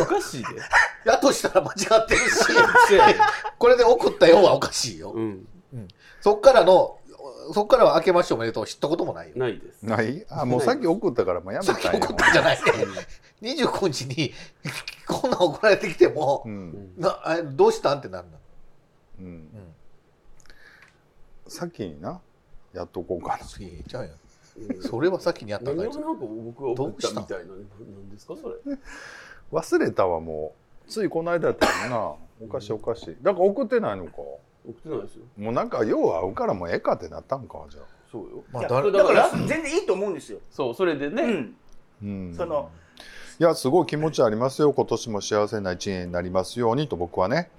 [SPEAKER 4] おかしいで
[SPEAKER 3] やとしたら間違ってるし
[SPEAKER 4] そうやね
[SPEAKER 3] これで送ったよはおかしいよ、
[SPEAKER 4] うん
[SPEAKER 3] そっからのそっからは明けましておめでとう知ったこともないよ
[SPEAKER 4] ないです
[SPEAKER 1] ないあもうさっき送ったからもうやめ
[SPEAKER 3] さったき
[SPEAKER 1] んや
[SPEAKER 3] 送ったんじゃない29日にこんなん送られてきても
[SPEAKER 1] う、
[SPEAKER 4] うんん
[SPEAKER 3] なあどうしたんってなるの、
[SPEAKER 1] うん、
[SPEAKER 3] うん、
[SPEAKER 1] 先になやっとこうかな
[SPEAKER 3] 次言っちゃうやんそれはさっきにやった
[SPEAKER 4] 何
[SPEAKER 3] んだ
[SPEAKER 4] を
[SPEAKER 3] よ
[SPEAKER 4] なんか僕が送ったみたいなななんですかそれ
[SPEAKER 1] 忘れたわもうついこの間やった もんなおかしいおかしいだから送ってないのか
[SPEAKER 4] 送ってないですよ
[SPEAKER 1] もうなんかよう会うからもうええかってなったんかじゃあ
[SPEAKER 4] そうよ
[SPEAKER 3] ま
[SPEAKER 2] い
[SPEAKER 3] あ
[SPEAKER 2] や
[SPEAKER 3] 誰
[SPEAKER 4] だ
[SPEAKER 2] だ
[SPEAKER 4] か
[SPEAKER 2] からら全然いいと思うんですよ、
[SPEAKER 4] そうそれでね、
[SPEAKER 2] うん、
[SPEAKER 1] うん
[SPEAKER 2] その
[SPEAKER 1] いやすごい気持ちありますよ今年も幸せな一年になりますようにと僕はね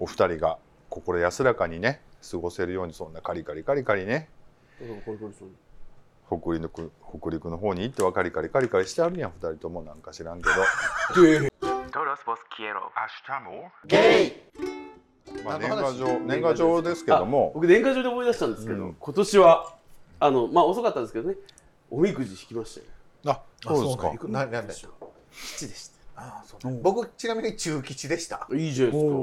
[SPEAKER 1] お二人が心安らかにね過ごせるようにそんなカリカリカリカリね
[SPEAKER 4] だからこれこれそう
[SPEAKER 1] 北陸北陸の方に行ってはカリカリカリカリしてあるやん二人ともなんか知らんけど
[SPEAKER 7] Todos vos quiero.
[SPEAKER 1] まあ年
[SPEAKER 3] 何の
[SPEAKER 1] 賀
[SPEAKER 3] 話
[SPEAKER 1] 状年賀状ですけども
[SPEAKER 4] 僕年賀状で思い出したんですけど、
[SPEAKER 1] うん
[SPEAKER 4] 今年はあのまあ遅かったんですけどねおみくじ引きましたよ
[SPEAKER 1] あそうですか
[SPEAKER 3] あそうなんやななんだ
[SPEAKER 4] 吉でし
[SPEAKER 3] ああそうなんや僕ちなみに中吉でした
[SPEAKER 4] たいいじゃないですか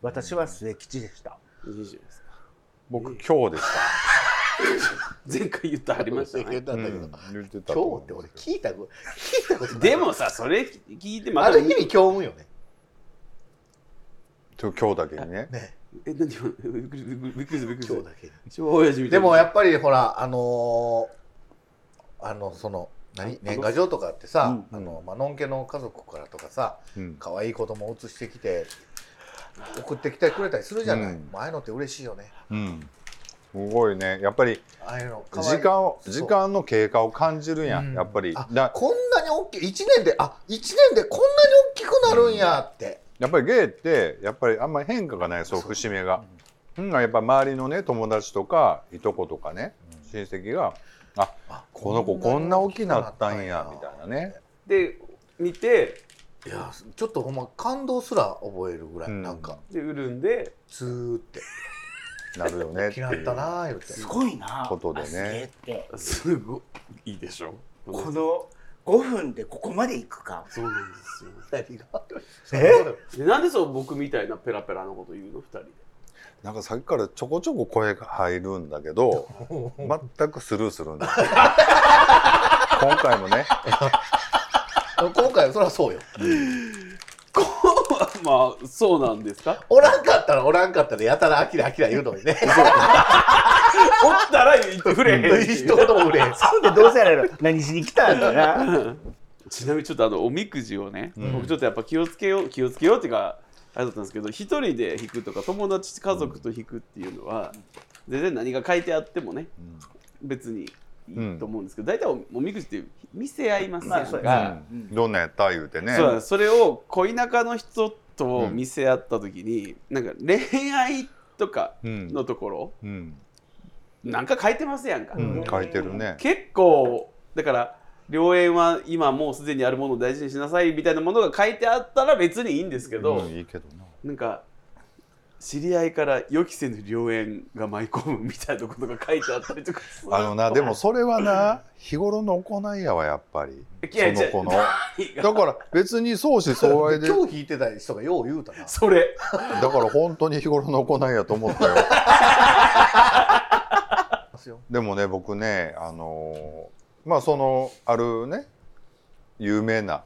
[SPEAKER 2] 私は末吉でした
[SPEAKER 4] いいじゃないですか
[SPEAKER 1] 僕今日でした
[SPEAKER 4] 前回言ったありました
[SPEAKER 3] 言っ
[SPEAKER 4] ね
[SPEAKER 3] たんだけど、
[SPEAKER 1] うん言ってたと
[SPEAKER 3] 今
[SPEAKER 1] 思う
[SPEAKER 3] 日っ
[SPEAKER 1] ん
[SPEAKER 3] て俺
[SPEAKER 1] ですけ
[SPEAKER 3] 聞いたこと聞いたことない
[SPEAKER 4] でもさそれ聞いてま
[SPEAKER 3] あ
[SPEAKER 4] た
[SPEAKER 3] る意味強運よね
[SPEAKER 1] ど今日だけにね
[SPEAKER 3] ね
[SPEAKER 4] え何今びっくりびっくりするびっくりす
[SPEAKER 3] 今
[SPEAKER 4] る
[SPEAKER 3] 日だけに
[SPEAKER 4] 一応親父みた
[SPEAKER 3] で
[SPEAKER 4] いな
[SPEAKER 3] もやっぱりほらあのーあのその何年賀状とかってさ、
[SPEAKER 1] うん
[SPEAKER 3] あのまあのんけの家族からとかさ
[SPEAKER 1] うん
[SPEAKER 3] 可愛い子供を移してきて送ってきてくれたりするじゃない、
[SPEAKER 1] うん
[SPEAKER 3] もうああいうのって嬉しいよね
[SPEAKER 1] うんすごいねやっぱり
[SPEAKER 3] ああいうの可愛い
[SPEAKER 1] 時間を
[SPEAKER 3] そう
[SPEAKER 1] 時間の経過を感じるやん、
[SPEAKER 3] うん
[SPEAKER 1] やっぱり
[SPEAKER 3] あ
[SPEAKER 1] だ
[SPEAKER 3] こんなに大きい1年であ一1年でこんなに大きくなるんやって、
[SPEAKER 1] やっぱり芸ってやっぱりあんまり変化がないそう節目が。うん、やっぱ周りのね友達とかいとことかね親戚が
[SPEAKER 3] あ
[SPEAKER 1] この子こんな大きくなったんやみたいなね。
[SPEAKER 4] で見て
[SPEAKER 3] いやちょっとほんま感動すら覚えるぐらい、
[SPEAKER 1] うん
[SPEAKER 3] なんか
[SPEAKER 4] で潤んで
[SPEAKER 3] ツーって
[SPEAKER 1] なるよね
[SPEAKER 3] 大
[SPEAKER 1] って
[SPEAKER 3] き
[SPEAKER 1] い
[SPEAKER 3] なった
[SPEAKER 1] う。
[SPEAKER 3] なー言って
[SPEAKER 2] すごいな
[SPEAKER 1] ことでね
[SPEAKER 2] あすげえって
[SPEAKER 4] すごいいいでしょ
[SPEAKER 2] この5分でここまで行くか
[SPEAKER 4] そうなんですよ
[SPEAKER 3] 何が
[SPEAKER 4] でなんでそう僕みたいなペラペラのこと言うの二人で
[SPEAKER 1] なんかさっきからちょこちょこ声が入るんだけど全くスルーするんだよ。今回もね
[SPEAKER 3] 今回はそりゃそうよ
[SPEAKER 4] こう まあそうなんですか
[SPEAKER 3] おらんかったらおらんかったらやたらあきらあきら言うのにね
[SPEAKER 4] おったら言って くれへんっていう
[SPEAKER 3] 一言も売れへん
[SPEAKER 2] でどうせやら 何しに来たんだな
[SPEAKER 4] ちなみにちょっとあのおみくじをね、
[SPEAKER 1] うん
[SPEAKER 4] 僕ちょっとやっぱ気をつけよう気をつけようっていうかあれだったんですけど一人で引くとか友達家族と引くっていうのは、全然何が書いてあってもね別にいいと思うんですけど、大体おおみくじって見せ合いますやんか、
[SPEAKER 2] まあそう
[SPEAKER 1] う
[SPEAKER 2] や
[SPEAKER 1] んどんなんやった言うてね
[SPEAKER 4] そうなんですそれを恋仲の人と見せ合った時に、なんか恋愛とか
[SPEAKER 1] うん
[SPEAKER 4] のところ、
[SPEAKER 1] うん
[SPEAKER 4] なんか書いてますやんか、
[SPEAKER 1] うん書いてるね。
[SPEAKER 4] 結構だから良縁は今もうすでにあるものを大事にしなさいみたいなものが書いてあったら別にいいんですけど、
[SPEAKER 1] うんいいけどな。
[SPEAKER 4] なんか知り合いから予期せぬ良縁が舞い込むみたいなことが書いてあったりとかすると
[SPEAKER 1] あのなでもそれはな日頃の行いやわやっぱり
[SPEAKER 4] いやい
[SPEAKER 1] そ
[SPEAKER 4] や
[SPEAKER 1] の子の
[SPEAKER 4] いや
[SPEAKER 1] だから別に相思相愛でだ
[SPEAKER 3] 今日引いてた人がよう言うたな
[SPEAKER 4] それ
[SPEAKER 1] から本当に日頃の行いやと思ったよでもね僕ねあのーまあそのあるね有名な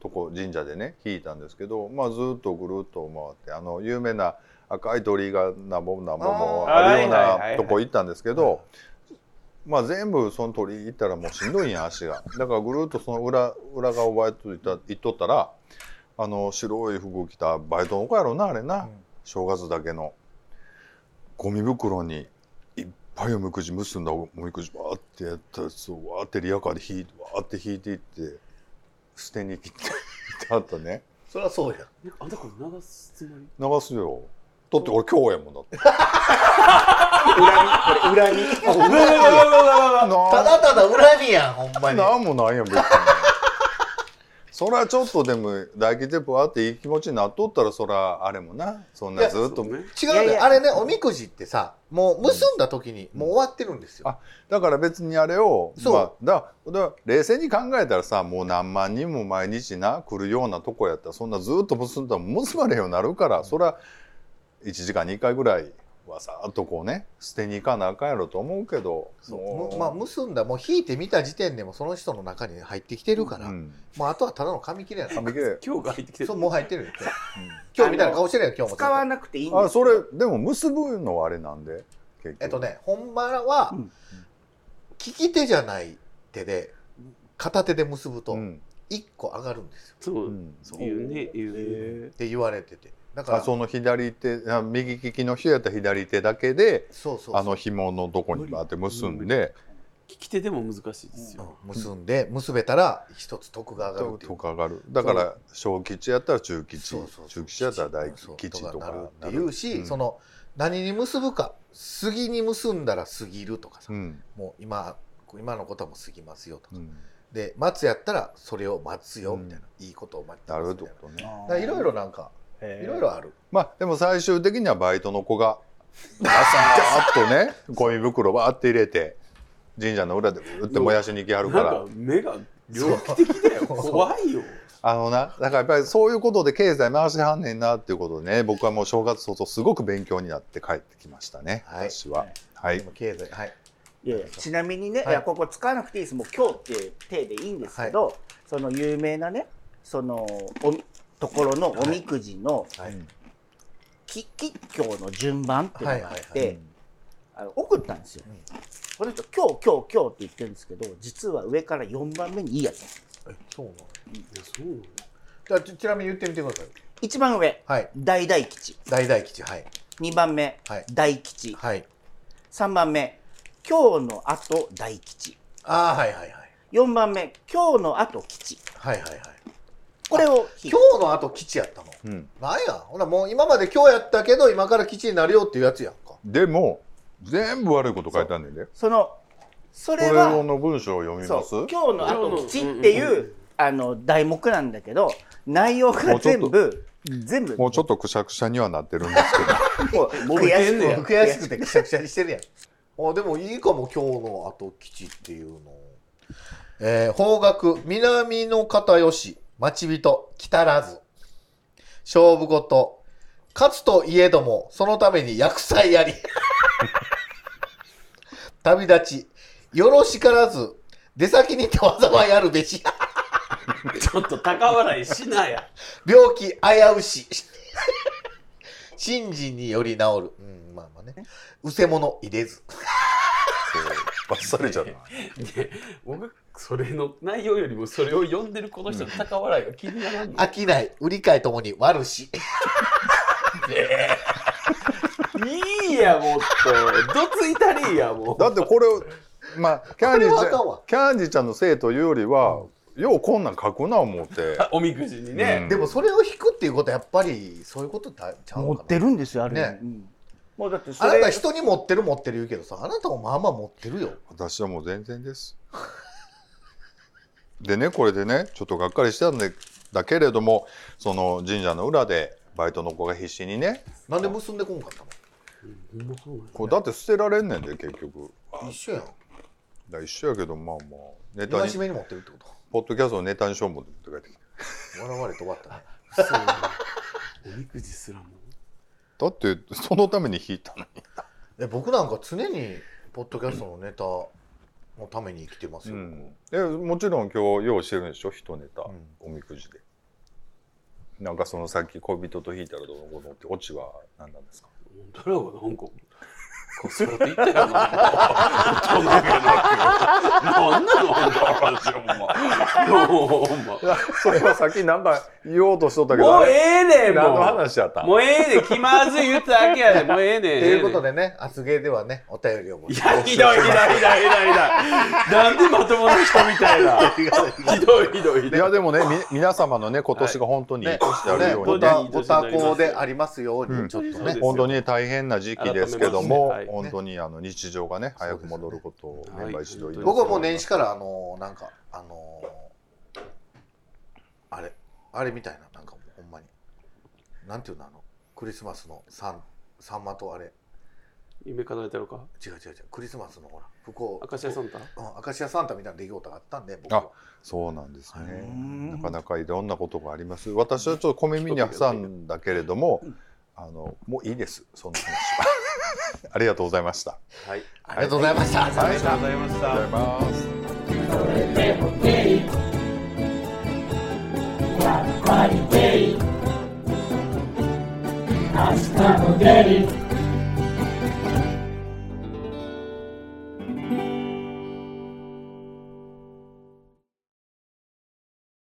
[SPEAKER 1] とこ神社でね弾いたんですけど、まあ、ずっとぐるっと回ってあの有名な赤い鳥居がなんぼなんぼも
[SPEAKER 4] あー
[SPEAKER 1] あるよう
[SPEAKER 4] はいはいはいは
[SPEAKER 1] ないとこ行ったんですけど、まあ、全部その鳥居行ったらもうしんどいんや足がだからぐるっとその裏裏側をバイト行った行っとったらあの白い服着たバイトの子やろうなあれな、
[SPEAKER 3] うん
[SPEAKER 1] 正月だけのゴミ袋にいっぱいおみくじ結んだおみくじわーってやったやつをわーってリアカーで引いてわーって引いていって捨てに切って 行ったあとね
[SPEAKER 3] そりゃそうや
[SPEAKER 4] あんたこれ流すつもり
[SPEAKER 1] 流すよだって俺今日やもんだって
[SPEAKER 2] 裏に
[SPEAKER 4] うわうわうわうわう
[SPEAKER 1] な
[SPEAKER 4] わ
[SPEAKER 3] ただただ恨みやんほんまに
[SPEAKER 1] なんもないやん別にそらちょっとでも大吉でぶわっていい気持ちになっとったらそらあれもなそんなずっと、
[SPEAKER 4] そうね
[SPEAKER 3] 違うのよ
[SPEAKER 2] いやいや
[SPEAKER 3] あれねおみくじってさもう結んだ時にもう終わってるんですよ、
[SPEAKER 1] あだから別にあれを
[SPEAKER 3] そう
[SPEAKER 1] まあ、だだ冷静に考えたらさもう何万人も毎日な来るようなとこやったらそんなずっと結んだら結ばれへんようになるからそら1時間に1回ぐらいわさーっとこうね捨てに行かなあかんやろと思うけども
[SPEAKER 3] むまあ結んだもう引いてみた時点でもその人の中に入ってきてるから、
[SPEAKER 1] うん、
[SPEAKER 3] もうあとはただの紙切れやな
[SPEAKER 1] 髪切れ
[SPEAKER 4] 今日が入ってきてる
[SPEAKER 3] そうもう入ってるよ今日今日みたいな顔してるよ今日も
[SPEAKER 2] 使わなくていいんですよ
[SPEAKER 1] あそれでも結ぶのはあれなんで結局
[SPEAKER 3] えっとね本場は、
[SPEAKER 2] うん
[SPEAKER 3] 利き手じゃない手で片手で結ぶと
[SPEAKER 1] うん
[SPEAKER 3] 1個上がるんですよ、
[SPEAKER 4] そううんそう言うね言うね、
[SPEAKER 3] って言われててだから
[SPEAKER 1] あその左手あ右利きの人やったら左手だけで
[SPEAKER 3] そうそうそう
[SPEAKER 1] あの紐のとこにバーって結んで
[SPEAKER 4] 聞き手でも難しいですよ、
[SPEAKER 3] うん結んで結べたら一つ得が上がる
[SPEAKER 1] と
[SPEAKER 3] っていう
[SPEAKER 1] とかがるだから小吉やったら中吉
[SPEAKER 3] そうそう
[SPEAKER 1] 中吉やったら大吉と
[SPEAKER 3] なる
[SPEAKER 1] か
[SPEAKER 3] っていうし、
[SPEAKER 1] うん
[SPEAKER 3] その何に結ぶか杉に結んだら杉るとかさ、
[SPEAKER 1] うん
[SPEAKER 3] もう今今のことはもう過ぎますよとか、
[SPEAKER 1] うん
[SPEAKER 3] で松やったらそれを待つよみたいな、いいことを待って
[SPEAKER 1] な
[SPEAKER 3] ます
[SPEAKER 1] るっ
[SPEAKER 3] み
[SPEAKER 1] て
[SPEAKER 3] たい
[SPEAKER 1] こ
[SPEAKER 3] な
[SPEAKER 1] とね
[SPEAKER 3] だからいろいろなんかいろいろある、
[SPEAKER 1] まあでも最終的にはバイトの子 が朝ガーッとねゴミ袋バーって入れて神社の裏でうって燃やしに行きはる
[SPEAKER 4] な
[SPEAKER 1] か
[SPEAKER 4] ん
[SPEAKER 1] ら
[SPEAKER 4] か目が猟奇的だ よ
[SPEAKER 3] そう
[SPEAKER 4] 怖いよ
[SPEAKER 1] あのな、だからやっぱりそういうことで経済回しはんねんなっていうことでね、僕はもう正月早々すごく勉強になって帰ってきましたね、
[SPEAKER 3] はい
[SPEAKER 1] 私は。はい
[SPEAKER 3] で。も経済はい
[SPEAKER 2] いやいやちなみにね、
[SPEAKER 3] はい
[SPEAKER 2] い、やここ使わなくていいですもう今日っていう体でいいんですけど、その有名なねそのおみところのおみくじの
[SPEAKER 3] はい
[SPEAKER 1] うん
[SPEAKER 2] き吉凶の順番っていうのがあって、
[SPEAKER 3] はいはい
[SPEAKER 2] あの送ったんですよ、この人今日今日今日って言ってるんですけど実は上から4番目にいいやつなんですよ
[SPEAKER 3] えそうなの
[SPEAKER 4] そうなの
[SPEAKER 3] じゃあちちなみに言ってみてください
[SPEAKER 2] 一番上
[SPEAKER 3] はい
[SPEAKER 2] 大大吉
[SPEAKER 3] 大大吉はい
[SPEAKER 2] 二番目、
[SPEAKER 3] はい
[SPEAKER 2] 大吉
[SPEAKER 3] はい
[SPEAKER 2] 三番目今日の後大吉
[SPEAKER 3] ああはいはいはい
[SPEAKER 2] 四番目今日の後吉
[SPEAKER 3] はいはいはい
[SPEAKER 2] これを引い
[SPEAKER 3] 今日の後吉やったの
[SPEAKER 1] うん
[SPEAKER 3] なんやほなもう今まで今日やったけど今から吉になるよっていうやつやんか
[SPEAKER 1] でも、全部悪いこと書いてあんねんで。
[SPEAKER 2] そのそ
[SPEAKER 1] こ
[SPEAKER 2] れ
[SPEAKER 1] れ
[SPEAKER 2] は
[SPEAKER 1] の文章を読みま
[SPEAKER 2] そ
[SPEAKER 1] す
[SPEAKER 2] う今日の後吉っていうあの題目なんだけど内容
[SPEAKER 1] も
[SPEAKER 2] が
[SPEAKER 1] うちょっ
[SPEAKER 2] 全
[SPEAKER 1] と
[SPEAKER 2] 部全部
[SPEAKER 1] もうちょっとくしゃくしゃにはなってるん ですけど。
[SPEAKER 2] もう悔しくて
[SPEAKER 3] 悔しくてくしゃくしゃにしてるやんあでもいいかも今日の後吉っていうのえー方角南の方よし町人来たらず勝負事勝つといえどもそのために薬剤あり 旅立ちよろしからず出先にて災いあるべし
[SPEAKER 4] ちょっと高笑いしな や
[SPEAKER 3] 病気危うし 信心により治る、うん、まあまあねうせ者入れず
[SPEAKER 1] バッサリじゃない。
[SPEAKER 4] 僕それの内容よりもそれを読んでるこの人の高笑いが気にならんの
[SPEAKER 3] 商い売り買いともに悪し
[SPEAKER 4] いいやもっとどついたりやも
[SPEAKER 1] だってこれ、ま あ、キャンディ
[SPEAKER 3] これはあか
[SPEAKER 1] ー
[SPEAKER 3] んわ
[SPEAKER 1] ちゃん、キャンディーちゃんの生徒いうよりは、ようこんなん書くな思 って。
[SPEAKER 4] うおみくじにね、
[SPEAKER 3] でもそれを引くっていうことはやっぱりそういうことだちゃう
[SPEAKER 2] 持
[SPEAKER 3] の
[SPEAKER 2] っ
[SPEAKER 3] か
[SPEAKER 2] て
[SPEAKER 3] な
[SPEAKER 2] るんですよあれ、
[SPEAKER 3] ね
[SPEAKER 2] うんもうだってそ
[SPEAKER 3] あな
[SPEAKER 2] れ
[SPEAKER 3] た人に持ってる持ってる言うけどさあなたもまあまあ持ってるよ
[SPEAKER 1] 私はもう全然です。でねこれでねちょっとがっかりしたんでだけれどもその神社の裏でバイトの子が必死にね
[SPEAKER 3] なんで結んでこんかった
[SPEAKER 1] こうだって捨てられんねんで結局
[SPEAKER 3] の一緒やん
[SPEAKER 1] だから一緒やけどまあまあネタに
[SPEAKER 3] 戒めに持ってるってこ
[SPEAKER 1] ポッドキャストのネタにしようもんって書いてきて
[SPEAKER 3] と笑われて終わったね
[SPEAKER 4] おみくじすらも
[SPEAKER 1] だってそのために引いたの
[SPEAKER 3] え僕なんか常にポッドキャストのネタのために生きてますよ、
[SPEAKER 1] に、うん、でもちろん今日用意してるんでしょ一ネタ、
[SPEAKER 3] ん
[SPEAKER 1] おみくじでなんかそのさっき恋人と引いたらどうのこうのってオチは何なんですか
[SPEAKER 4] ドラゴンなんかこすらっていったよな大人げなくなんなのあんた話ほんまもうほんま
[SPEAKER 1] それはさっきなんか言おうとしとったけど
[SPEAKER 4] も
[SPEAKER 1] あ
[SPEAKER 4] うえ
[SPEAKER 1] れ
[SPEAKER 4] えねんも
[SPEAKER 1] 何の
[SPEAKER 4] う
[SPEAKER 1] 話やった
[SPEAKER 4] もうええねん気まずい言っただけやでもうええねん
[SPEAKER 3] ということでね厚芸ではねお便りを募
[SPEAKER 4] い
[SPEAKER 3] 集
[SPEAKER 4] や、ひどいひどいひどいひどいひどい。なんでまともな人みたいな。ひどいひどいひ
[SPEAKER 1] い
[SPEAKER 4] どい。
[SPEAKER 1] やでもね、み皆様のね、今年が本当に
[SPEAKER 3] ね
[SPEAKER 1] 年あるよう
[SPEAKER 3] ご
[SPEAKER 1] にね、
[SPEAKER 3] たご多幸でありますよう
[SPEAKER 1] うん
[SPEAKER 3] にちょっと
[SPEAKER 4] そう
[SPEAKER 3] ね
[SPEAKER 4] です
[SPEAKER 1] 本当に大変な時期ですけども、
[SPEAKER 4] 改めましてはい
[SPEAKER 1] 本当にあの日常がね、早く戻ることをメンバー一同
[SPEAKER 4] はい
[SPEAKER 3] 僕はもう年始からあのーなんかあのーあれあれみたいななんかもうほんまになんていうのあのクリスマスのさんさんまとあれ
[SPEAKER 4] 夢叶えたのか
[SPEAKER 3] 違う違う違うクリスマスのほら不幸
[SPEAKER 4] 明石家サンタ
[SPEAKER 3] うん、明石家サンタみたいな出来事があったんで僕
[SPEAKER 1] あそうなんですね。なかなかいろんなことがあります。私はちょっと小耳に挟んだけれども、あのもういいです。そんな話は。 ありがとうございました。
[SPEAKER 4] はい
[SPEAKER 3] ありがとうございました、
[SPEAKER 4] ありがとうございました
[SPEAKER 1] ありがとうございます。
[SPEAKER 8] Hasta no day.